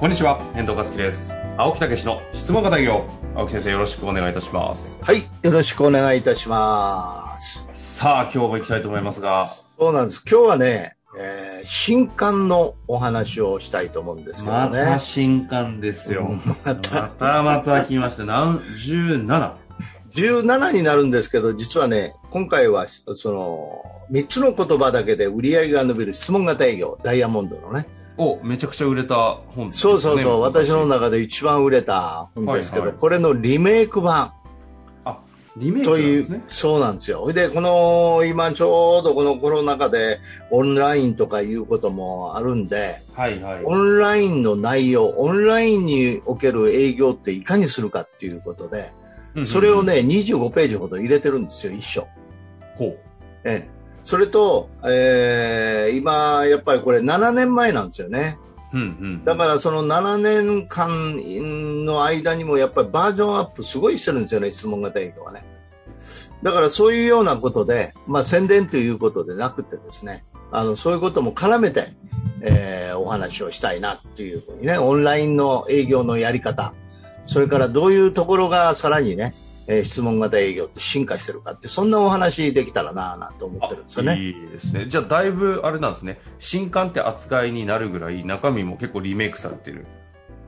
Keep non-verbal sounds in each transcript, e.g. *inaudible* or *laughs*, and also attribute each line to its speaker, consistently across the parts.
Speaker 1: こんにちは、遠藤和樹です。青木武の質問型営業。青木先生、よろしくお願いいたします。
Speaker 2: はい、よろしくお願いいたします。
Speaker 1: さあ、今日も行きたいと思いますが、
Speaker 2: そうなんです。今日はね、えー新刊のお話をしたいと思うんですけど
Speaker 1: また
Speaker 2: ね。
Speaker 1: 新刊ですよ。ま
Speaker 2: ま
Speaker 1: たまた来ました。なん、17。
Speaker 2: 17になるんですけど、実はね、今回は、その、3つの言葉だけで売り上げが伸びる質問型営業、ダイヤモンドのね。
Speaker 1: お、めちゃくちゃ売れた本ですね
Speaker 2: そうそうそう、私の。中で一番売れた本ですけど、
Speaker 1: はいはい
Speaker 2: これのリメイク版
Speaker 1: リメイクな
Speaker 2: と
Speaker 1: ん
Speaker 2: い
Speaker 1: で
Speaker 2: う、
Speaker 1: すね。
Speaker 2: そうなんですよ。ほいで、この、今ちょうどこのコロナ禍で、オンラインとかいうこともあるんで、
Speaker 1: はいはい。
Speaker 2: オンラインの内容、オンラインにおける営業っていかにするかっていうことで、
Speaker 1: うんうん
Speaker 2: それを、ね、25ページほど入れてるんですよ、一緒。
Speaker 1: こう。
Speaker 2: ええ、それと、えー今、やっぱりこれ7年前なんですよね。
Speaker 1: うんうん。
Speaker 2: だからその7年間の間にもやっぱりバージョンアップすごいしてるんですよね、質問型営業はね。だからそういうようなことで、まあ宣伝ということでなくてですね、あの、そういうことも絡めて、えーお話をしたいなっていうふうにね、オンラインの営業のやり方、それからどういうところがさらにね、えー質問型営業って進化してるかって、そんなお話できたらなぁなと思ってるんですよ
Speaker 1: あ
Speaker 2: ね。
Speaker 1: いいですね。じゃあ、だいぶ、あれなんですね。新刊って扱いになるぐらい、中身も結構リメイクされてる。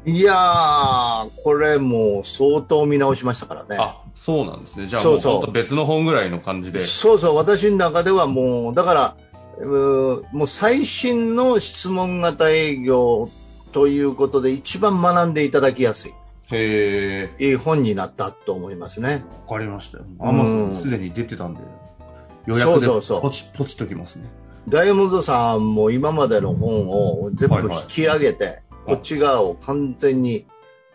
Speaker 2: いやー、これもう相当見直しましたからね。
Speaker 1: あ、そうなんですね。じゃあ、
Speaker 2: そ
Speaker 1: も
Speaker 2: う
Speaker 1: う
Speaker 2: そう
Speaker 1: ほんと別の本ぐらいの感じで。
Speaker 2: そうそう、私の中ではもう、だから、うーもう最新の質問型営業ということで、一番学んでいただきやすい、
Speaker 1: へー。
Speaker 2: いい本になったと思いますね。
Speaker 1: わかりましたよ。
Speaker 2: ん
Speaker 1: アマゾンすでに出てたんで、予約で
Speaker 2: そ
Speaker 1: ポ
Speaker 2: うそうそう
Speaker 1: チポチっときますね。
Speaker 2: ダイヤモンドさんも今までの本を全部
Speaker 1: はいはい
Speaker 2: 引き上げて、こっち側を完全に、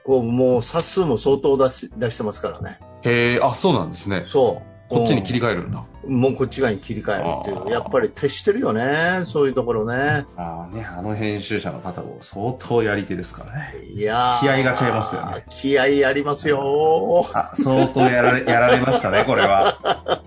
Speaker 2: こう、もう冊数も相当出し出してますからね。
Speaker 1: へえ、あ、そうなんですね。
Speaker 2: そう。
Speaker 1: こっちに切り
Speaker 2: 替
Speaker 1: 替えるんだ。
Speaker 2: えもうこっち側に切り替えるって
Speaker 1: あ
Speaker 2: い
Speaker 1: ー
Speaker 2: う。やっぱり徹してるよね。そういうところね。
Speaker 1: ああね、あの編集者の方も相当やり手ですからね。
Speaker 2: いやー
Speaker 1: 気合いが違いますよね。
Speaker 2: 気合ありますよ。
Speaker 1: あ、相当やられ、 *laughs* やられましたね、これは。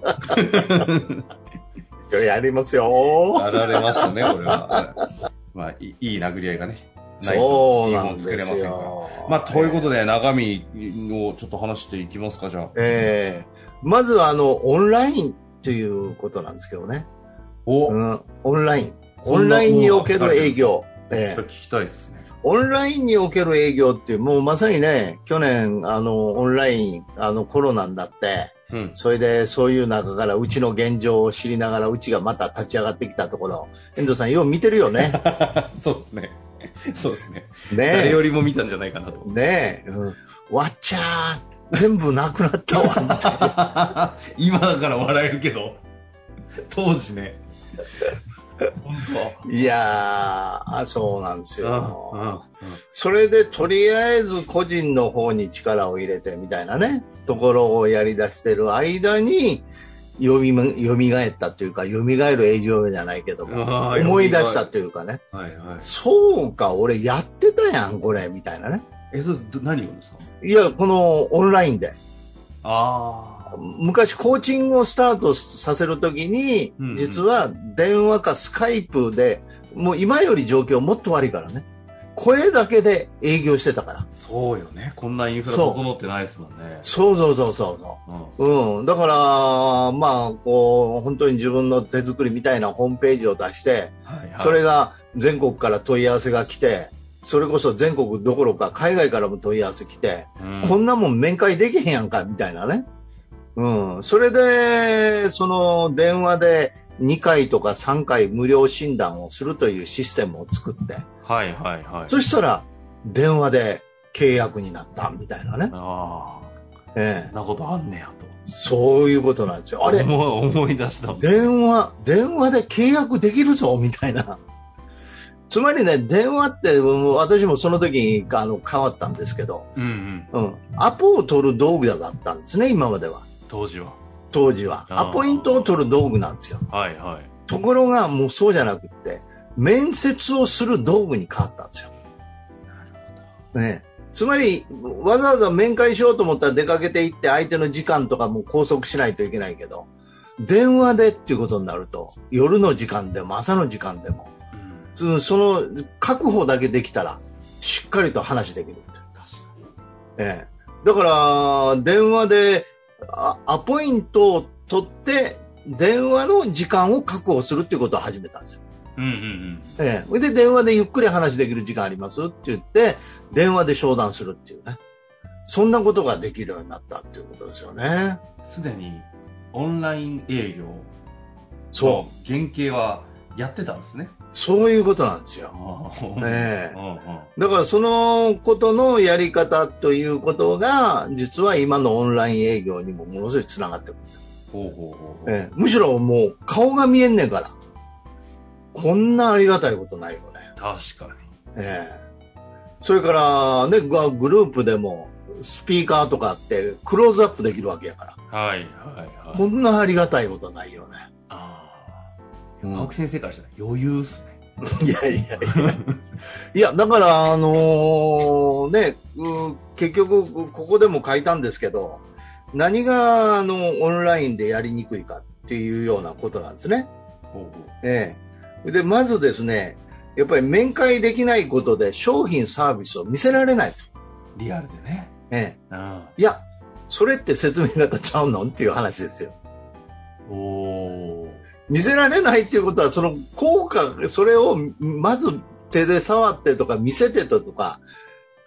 Speaker 2: やりますよ。
Speaker 1: やられましたね、これは。はいまあ、いいいい殴り合いがね。ない
Speaker 2: そ
Speaker 1: と
Speaker 2: う
Speaker 1: いい
Speaker 2: な
Speaker 1: 本
Speaker 2: ん
Speaker 1: 作れ
Speaker 2: で
Speaker 1: ますせんから。
Speaker 2: よ。
Speaker 1: まあ、ということで、中身をちょっと話していきますか、じゃあ。
Speaker 2: えーまずはあの、オンラインということなんですけどね。
Speaker 1: お、
Speaker 2: う
Speaker 1: めっ
Speaker 2: ん、オンライン。オンラインにおける営業。え
Speaker 1: ちゃ
Speaker 2: ー
Speaker 1: 聞きたいですね。
Speaker 2: オンラインにおける営業って、もうまさにね、去年、あの、オンライン、あの、コロナになって、
Speaker 1: うん。
Speaker 2: それで、そういう中から、うちの現状を知りながら、うちがまた立ち上がってきたところ、遠藤さん、よう見てるよね。
Speaker 1: *laughs* *laughs* そうですね。そうですね。誰
Speaker 2: ね
Speaker 1: よりも見たんじゃないかなと。
Speaker 2: ねえ、うん、わっちゃー、全部なくなった
Speaker 1: *laughs*
Speaker 2: わ。
Speaker 1: *laughs* 今だから笑えるけど当時ね本
Speaker 2: いやーあ、そうなんで
Speaker 1: 当
Speaker 2: すよ。
Speaker 1: あ
Speaker 2: それで、とりあえず個人の方に力を入れてみたいなね、ところをやり出してる間に、よみま、よみがえったというか、よみがえる営業じゃないけども、
Speaker 1: あ
Speaker 2: 思い出したというかね、
Speaker 1: はいはい
Speaker 2: そうか、俺やってたやん、これ、みたいなね。
Speaker 1: えそれど何をですか
Speaker 2: いや、このオンラインで、
Speaker 1: ああ
Speaker 2: 昔コーチングをスタートさせるときに
Speaker 1: うんうん、
Speaker 2: 実は電話かスカイプで、もう今より状況もっと悪いからね。声だけで営業してたから。
Speaker 1: そうよねこんなインフラ
Speaker 2: そう
Speaker 1: 整ってないですもんね、
Speaker 2: そうそうそうそうそう
Speaker 1: ん、
Speaker 2: う。うん。だから、まあ、こう、本当に自分の手作りみたいなホームページを出して、
Speaker 1: はいはい
Speaker 2: それが全国から問い合わせが来て、それこそ全国どころか海外からも問い合わせ来て、
Speaker 1: うん
Speaker 2: こんなもん面会できへんやんか、みたいなね。うん。それで、その電話で2回とか3回無料診断をするというシステムを作って、
Speaker 1: はいはいはい
Speaker 2: そしたら電話で契約になった、みたいなね。
Speaker 1: ああ
Speaker 2: ええ
Speaker 1: そんなことあんねやと
Speaker 2: そういうことなんですよ。あれ、
Speaker 1: 思い思い出した
Speaker 2: 電話、電話で契約できるぞ、みたいな。つまりね、電話って、もう私もその時にあの変わったんですけど、
Speaker 1: うんうん。
Speaker 2: うん、アポを取る道具だったんですね、今までは。
Speaker 1: 当時は。
Speaker 2: 当時は。
Speaker 1: あー
Speaker 2: アポイントを取る道具なんですよ。
Speaker 1: はいはい。
Speaker 2: ところが、もうそうじゃなくって、面接をする道具に変わったんですよ。ねえつまり、わざわざ面会しようと思ったら出かけて行って相手の時間とかも拘束しないといけないけど、電話でっていうことになると、夜の時間でも朝の時間でも、
Speaker 1: うん。
Speaker 2: うんその確保だけできたら、しっかりと話できるって。
Speaker 1: 確か
Speaker 2: ええ、だから、電話であアポイントを取って、電話の時間を確保するっていうことを始めたんですよ。
Speaker 1: に。うんうん
Speaker 2: ええ、それで、電話でゆっくり話できる時間ありますって言って、電話で商談するっていうね。そんなことができるようになったっていうことですよね。
Speaker 1: うん。すでに、オンライン営業。そ
Speaker 2: そ
Speaker 1: う。原型はやってたんですね。
Speaker 2: う。そういうことなんですよ。
Speaker 1: あ
Speaker 2: え
Speaker 1: あ。う
Speaker 2: え。
Speaker 1: んうん。
Speaker 2: だからそのことのやり方ということが、実は今のオンライン営業にもものすごい繋がってくる。
Speaker 1: ほうほうほうほう。
Speaker 2: ええむしろもう顔が見えんねんから。こんなありがたいことないよね。
Speaker 1: 確かに。
Speaker 2: ええそれからね、ググループでもスピーカーとかあってクローズアップできるわけやから。
Speaker 1: はいはいはい。
Speaker 2: こんなありがたいことないよね。
Speaker 1: ああ。
Speaker 2: うん
Speaker 1: 青木先生からしたら余裕っすね。
Speaker 2: いやいやいや。いや、だから、あのね、う結局、ここでも書いたんですけど、何が、あの、オンラインでやりにくいかっていうようなことなんですね。
Speaker 1: ほうほう。
Speaker 2: ええ。で、まずですね、やっぱり面会できないことで商品サービスを見せられないと。
Speaker 1: リアルでね。
Speaker 2: え
Speaker 1: うん。
Speaker 2: え。いや、それって説明方ちゃうのっていう話ですよ。
Speaker 1: おー。
Speaker 2: 見せられないっていうことは、その効果、それをまず手で触ってとか見せてとか、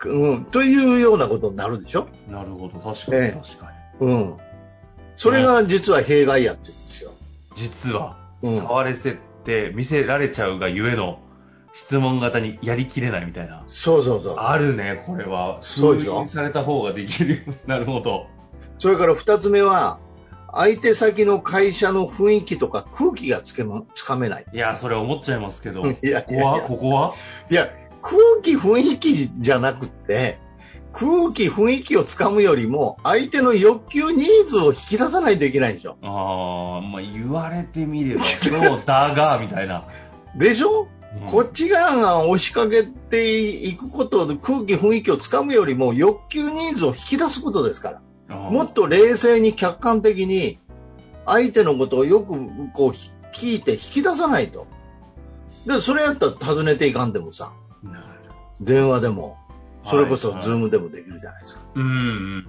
Speaker 2: うん、というようなことになるでしょ
Speaker 1: なるほど。確か
Speaker 2: え
Speaker 1: に
Speaker 2: え
Speaker 1: 確かに。
Speaker 2: うん。それが実は弊害やって言うんですよ。
Speaker 1: 実は。
Speaker 2: うん。
Speaker 1: 触れせって見せられちゃうがゆえの質問型にやりきれないみたいな。
Speaker 2: そうそうそう。
Speaker 1: あるね、これは。
Speaker 2: そうでしょ
Speaker 1: 封印された方ができるようになるほど。
Speaker 2: それから二つ目は、相手先の会社の雰囲気とか空気がつけまつかめない。
Speaker 1: いや、それ思っちゃいますけど。こ
Speaker 2: いや
Speaker 1: こはここはい
Speaker 2: や、空気雰囲気じゃなくって、空気雰囲気をつかむよりも、相手の欲求ニーズを引き出さないといけないでしょ。
Speaker 1: ああ、まあ言われてみれ
Speaker 2: *laughs*
Speaker 1: ば、そうだが、みたいな。
Speaker 2: でしょ、
Speaker 1: うん
Speaker 2: こっち側が押しかけていくことで空気雰囲気をつかむよりも、欲求ニーズを引き出すことですから。
Speaker 1: あー
Speaker 2: もっと冷静に客観的に相手のことをよくこうひ聞いて引き出さないと。で、それやったら尋ねていかんでもさ、
Speaker 1: なるほ
Speaker 2: 電話でも、
Speaker 1: ど
Speaker 2: それこそ
Speaker 1: はい
Speaker 2: ズームでもできるじゃないですか。
Speaker 1: うんうん。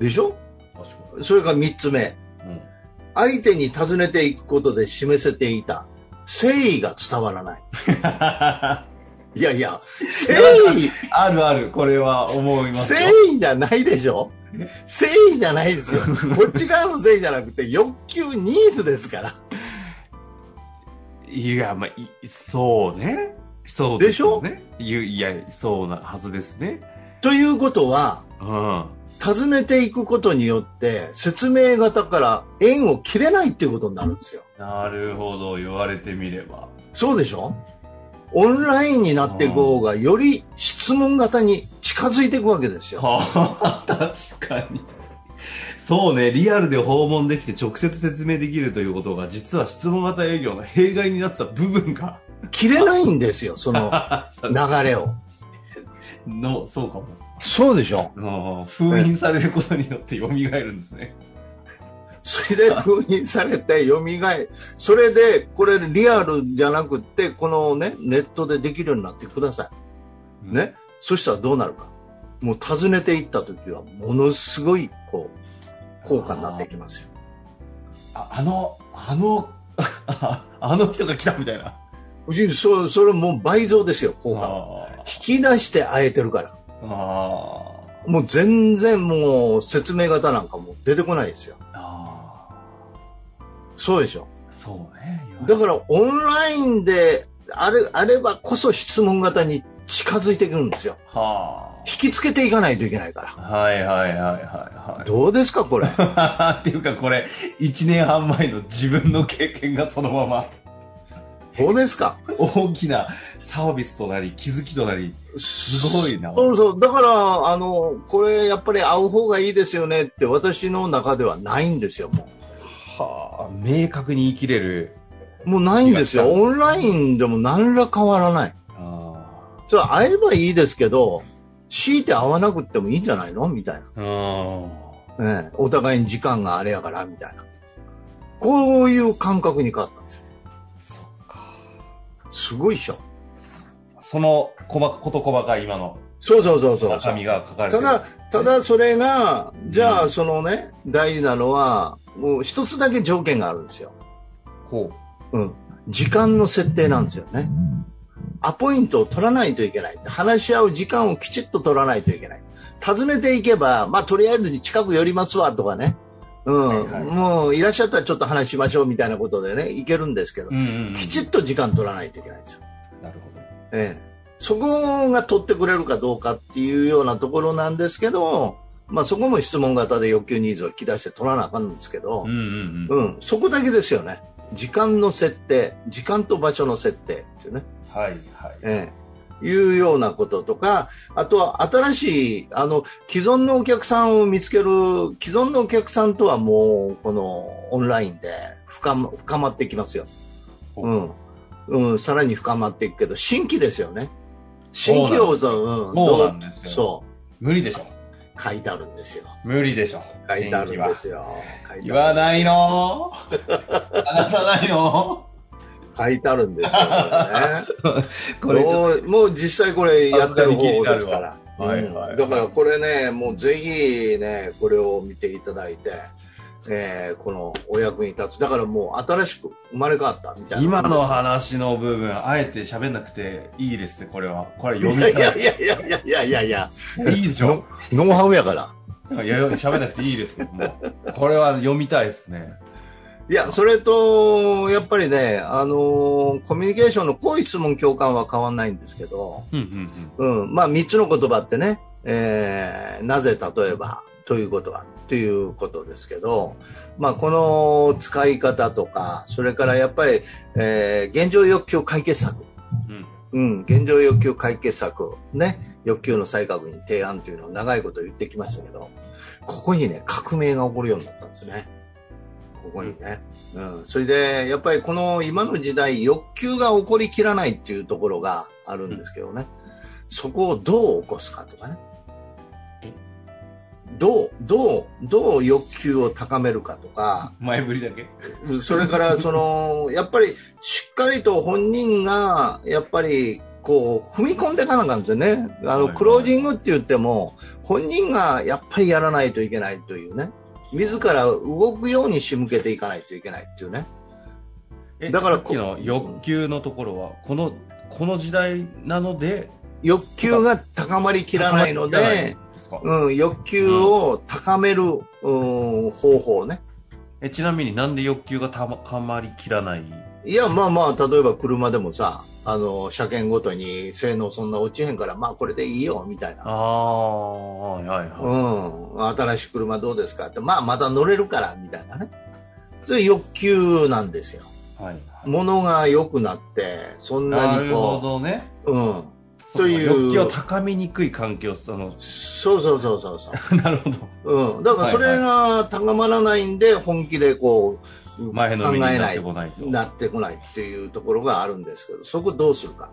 Speaker 2: でしょ
Speaker 1: 確か
Speaker 2: それから3つ目、
Speaker 1: に。うん *laughs*
Speaker 2: 相手に尋ねていくことで示せていた誠意が伝わらない。
Speaker 1: あ
Speaker 2: いやいや、誠意、
Speaker 1: るある、これは思います
Speaker 2: 誠
Speaker 1: よ。
Speaker 2: 意じゃないでしょ誠意じゃないで
Speaker 1: *laughs*
Speaker 2: すよ。こっち側の誠意じゃなくて欲求ニーズですから。
Speaker 1: いや、まあ、いそうね。そう
Speaker 2: でしょ
Speaker 1: ですよね。ゆいや、そうなはずですね。
Speaker 2: ということは、
Speaker 1: うん。は
Speaker 2: 尋ねていくことによって、説明型から縁を切れないっていうことになるんですよ。
Speaker 1: いなるほど、言われてみれば。
Speaker 2: そうでしょオンラインになっていく方が、より質問型に近づいていくわけですよ。
Speaker 1: はあ、確かに。そうね、リアルで訪問できて直接説明できるということが、実は質問型営業の弊害になってた部分が、
Speaker 2: 切れないんですよ、その流れ
Speaker 1: *laughs*
Speaker 2: を。
Speaker 1: の、そうかも
Speaker 2: そうでしょ
Speaker 1: うん。封印されることによって蘇るんですね。
Speaker 2: それで封印されて蘇え、それで、これリアルじゃなくって、このね、ネットでできるようになってください。ね。そしたらどうなるか。もう訪ねていった時は、ものすごい、こう、効果になってきますよ。
Speaker 1: あ。あの、あの、 *laughs* ああの人が来たみたいな。
Speaker 2: そう、それもう倍増ですよ、効果は。
Speaker 1: あ
Speaker 2: 引き出してあえてるから。
Speaker 1: ーあー。
Speaker 2: もう全然もう説明型なんかもう出てこないですよ。
Speaker 1: あ
Speaker 2: そうでしょ。
Speaker 1: あ、そうね。
Speaker 2: だからオンラインであれ、あればこそ質問型に近づいてくるんですよ。
Speaker 1: は
Speaker 2: 引きつけていかないといけないから。
Speaker 1: あ。はいはいはいはい
Speaker 2: どうですか、
Speaker 1: *laughs*
Speaker 2: これ。
Speaker 1: はい。っていうかこれ、1年半前の自分の経験がそのまま。
Speaker 2: そうですか。
Speaker 1: 大きなサービスとなり、気づきとなり、すごいな。
Speaker 2: そうそう。だから、あの、これやっぱり会う方がいいですよねって私の中ではないんですよ、も
Speaker 1: はあ、明確に言い切れる。
Speaker 2: う。もうないんですよ。オンラインでも何ら変わらない。
Speaker 1: あ
Speaker 2: それは会えばいいですけど、強いて会わなくってもいいんじゃないのみたい
Speaker 1: あ。
Speaker 2: な。
Speaker 1: うん。
Speaker 2: ええお互いに時間があれやから、みたいな。こういう感覚に変わったんですよ。
Speaker 1: そっか。
Speaker 2: すごいっしょ。
Speaker 1: その、細か、こと細かい今の
Speaker 2: そうそうそうそう
Speaker 1: 中身が書かれて
Speaker 2: た
Speaker 1: る。
Speaker 2: だ、ただそれが、じゃ
Speaker 1: う
Speaker 2: あそのね、大事なのは、もう一つだけ条件があるんですよ。
Speaker 1: こう。
Speaker 2: うん。時間の設定なんですよね。アポイントを取らないといけない。話し合う時間をきちっと取らないといけない。訪ねていけば、まあ、とりあえずに近く寄りますわとかね。うん。
Speaker 1: はいはい
Speaker 2: もう、いらっしゃったらちょっと話しましょうみたいなことでね、いけるんですけど、
Speaker 1: うんうんうん。
Speaker 2: きちっと時間取らないといけないんですよ。
Speaker 1: なるほど。
Speaker 2: ええ。そこが取ってくれるかどうかっていうようなところなんですけど、まあ、そこも質問型で欲求ニーズを引き出して取らなあかんんですけど、
Speaker 1: うんうんうん。
Speaker 2: うん、そこだけですよね。時間の設定、時間と場所の設定っていうね、
Speaker 1: はいはい。
Speaker 2: ええ、いうようなこととか、あとは新しい、あの、既存のお客さんを見つける、既存のお客さんとはもう、このオンラインで深ま深まってきますよ。うん。うん、さらに深まっていくけど、新規ですよね。新規をそう、うん、
Speaker 1: そうなんですよ。
Speaker 2: そう、
Speaker 1: 無理でしょ。
Speaker 2: 書いてあるんですよ。
Speaker 1: 無理でしょ。
Speaker 2: 書いてあるん
Speaker 1: は
Speaker 2: ですよ。書いて
Speaker 1: 言
Speaker 2: ある
Speaker 1: わ
Speaker 2: ん
Speaker 1: な
Speaker 2: ですよ
Speaker 1: いの
Speaker 2: *laughs*
Speaker 1: 話さないの
Speaker 2: 書いてあるんですよ、ね。
Speaker 1: これちょ
Speaker 2: もうもう実際これやってる方法ですか
Speaker 1: さ
Speaker 2: ら。
Speaker 1: すがに気になるわはいはい
Speaker 2: うんだからこれね、もうぜひね、これを見ていただいて、えーこのお役に立つ。だからもう新しく生まれ変わったみたいな。
Speaker 1: 今の話の部分、あえて喋んなくていいですね、これは。これ
Speaker 2: い
Speaker 1: 読み
Speaker 2: やい
Speaker 1: た
Speaker 2: や
Speaker 1: い。
Speaker 2: いやいやいやいやいやいや、
Speaker 1: いいでしょ
Speaker 2: ノノウハウやから。
Speaker 1: いや、いや喋んなくていいですよ、もう。これは読みたいですね。
Speaker 2: いや、それと、やっぱりね、あのーコミュニケーションの濃い質問共感は変わんないんですけど、
Speaker 1: うんうんうん。
Speaker 2: うん、まあ3つの言葉ってね、えーなぜ例えばということはということですけど、まあこの使い方とか、それからやっぱり、えー現状欲求解決策、
Speaker 1: うん
Speaker 2: うん、現状欲求解決策、ね、欲求の再確認提案というのを長いこと言ってきましたけど、ここにね、革命が起こるようになったんですね。ここにね。うん。それで、やっぱりこの今の時代、欲求が起こりきらないっていうところがあるんですけどね。そこをどう起こすかとかね
Speaker 1: え。
Speaker 2: どう、どう、どう欲求を高めるかとか、
Speaker 1: 前振りだけ
Speaker 2: そ
Speaker 1: *laughs*
Speaker 2: れから、その、やっぱり、しっかりと本人が、やっぱり、こう、踏み込んでいかなあかんですよね。あ
Speaker 1: はい
Speaker 2: の、
Speaker 1: はい
Speaker 2: クロージングって言っても、本人がやっぱりやらないといけないというね。自ら動くように仕向けていかないといけないっていうね。
Speaker 1: え
Speaker 2: だから
Speaker 1: さっきの
Speaker 2: こ
Speaker 1: 欲求のところは、この、この時代なので、
Speaker 2: 欲求が高まりきらないの
Speaker 1: 高まりきら
Speaker 2: で、
Speaker 1: ないんですか
Speaker 2: うん、欲求を高める、うん、方法ね。
Speaker 1: えちなみになんで欲求がたまかまりきらない
Speaker 2: いや、まあまあ、例えば車でもさ、あの、車検ごとに性能そんな落ちへんから、まあこれでいいよ、みたいな
Speaker 1: あ。あ、はいは
Speaker 2: うん、新しい車どうですかって、まあ、また乗れるからみたいなね、それ欲求なんですよ、
Speaker 1: い。はいはい、
Speaker 2: 物が良くなって、そん
Speaker 1: な
Speaker 2: なに
Speaker 1: るほ
Speaker 2: こ
Speaker 1: どね。
Speaker 2: う、うん、
Speaker 1: そう
Speaker 2: と
Speaker 1: か
Speaker 2: いう
Speaker 1: 欲求を高めにくい環境、その、 *laughs*
Speaker 2: そうそうそうそうそ
Speaker 1: なるほど。
Speaker 2: う、うん、だからそれが高まらないんで、本気でこう、
Speaker 1: 前の
Speaker 2: 考
Speaker 1: めりに
Speaker 2: え
Speaker 1: なって
Speaker 2: ない、
Speaker 1: こないと。
Speaker 2: なってこないっていうところがあるんですけど、そこどうするか、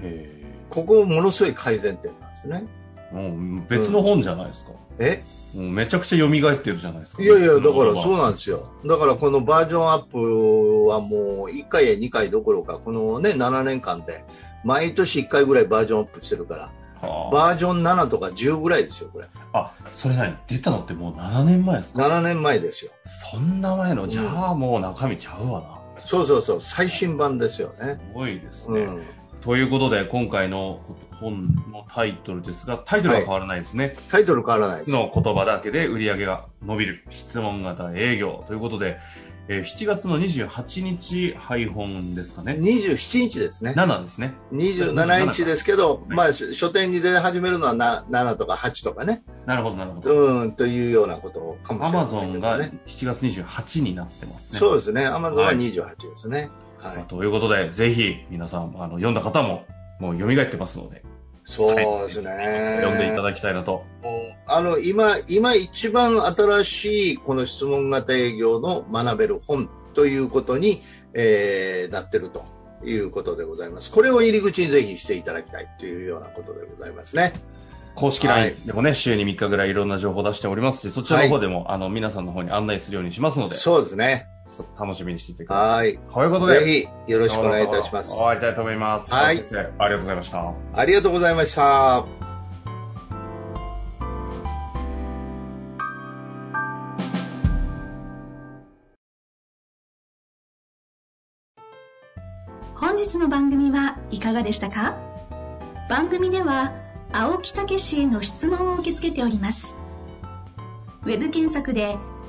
Speaker 1: へ
Speaker 2: ここ、ものすごい改善点なんですね。
Speaker 1: え。もう別の本じゃないですか。
Speaker 2: え
Speaker 1: もうめちゃくちゃ蘇ってるじゃないですか。
Speaker 2: いやいや、だから
Speaker 1: う
Speaker 2: そ。うなんですよ。だからこのバージョンアップはもう1回や2回どころか、このね、7年間で、毎年1回ぐらいバージョンアップしてるから、
Speaker 1: は
Speaker 2: バージョン7とか10ぐらいですよ、これ。
Speaker 1: あ、あそれ何出たのってもう7年前ですか
Speaker 2: 7年前ですよ。
Speaker 1: そんな前の、じゃあもう中身ちゃうわな。
Speaker 2: そうそうそう、最新版ですよね。
Speaker 1: すごいです
Speaker 2: う
Speaker 1: ね。
Speaker 2: ん。
Speaker 1: ということで、今回の本のタイトルですが、タイトルは変わらないですね。
Speaker 2: タイトル変わらないです。
Speaker 1: の言葉だけで売り上げが伸びる質問型営業ということで、えー7月の28日配本ですかね。
Speaker 2: 27日ですね。
Speaker 1: 7ですね。
Speaker 2: 27日ですけど、
Speaker 1: はい
Speaker 2: まあ、し書店に出始めるのはな7とか8とかね。
Speaker 1: なるほど、なるほど。
Speaker 2: うん、というようなことかも
Speaker 1: ア
Speaker 2: しれ
Speaker 1: マ
Speaker 2: ま
Speaker 1: ゾ
Speaker 2: せんけ
Speaker 1: ン
Speaker 2: ど
Speaker 1: が
Speaker 2: ね。
Speaker 1: 7月28になってますね。
Speaker 2: そうですね。アマゾンは28ですね。は
Speaker 1: ま *laughs* あ
Speaker 2: い。
Speaker 1: ということで、ぜひ皆さん、あの読んだ方ももう蘇ってますので、
Speaker 2: そうですね。
Speaker 1: 読んでいただきたいなと。
Speaker 2: もうあの今、今一番新しいこの質問型営業の学べる本ということに、えーなってるということでございます。これを入り口にぜひしていただきたいというようなことでございますね。
Speaker 1: 公式
Speaker 2: は
Speaker 1: LINE
Speaker 2: い
Speaker 1: でもね、週に3日ぐらいいろんな情報出しておりますし、そちらの方でも、あの皆さんの方に案内するようにしますので、
Speaker 2: そうですね。
Speaker 1: 楽しみにしていてください。
Speaker 2: はい。
Speaker 1: ということで、
Speaker 2: ぜひよろしくお願いいたします
Speaker 1: 終。わりたいと思います。
Speaker 2: はい
Speaker 1: 先生、ありがとうございました。
Speaker 2: ありがとうございました。
Speaker 3: 本日の番組はいかがでしたか番組では青木武氏への質問を受け付けておりますウェブ検索で「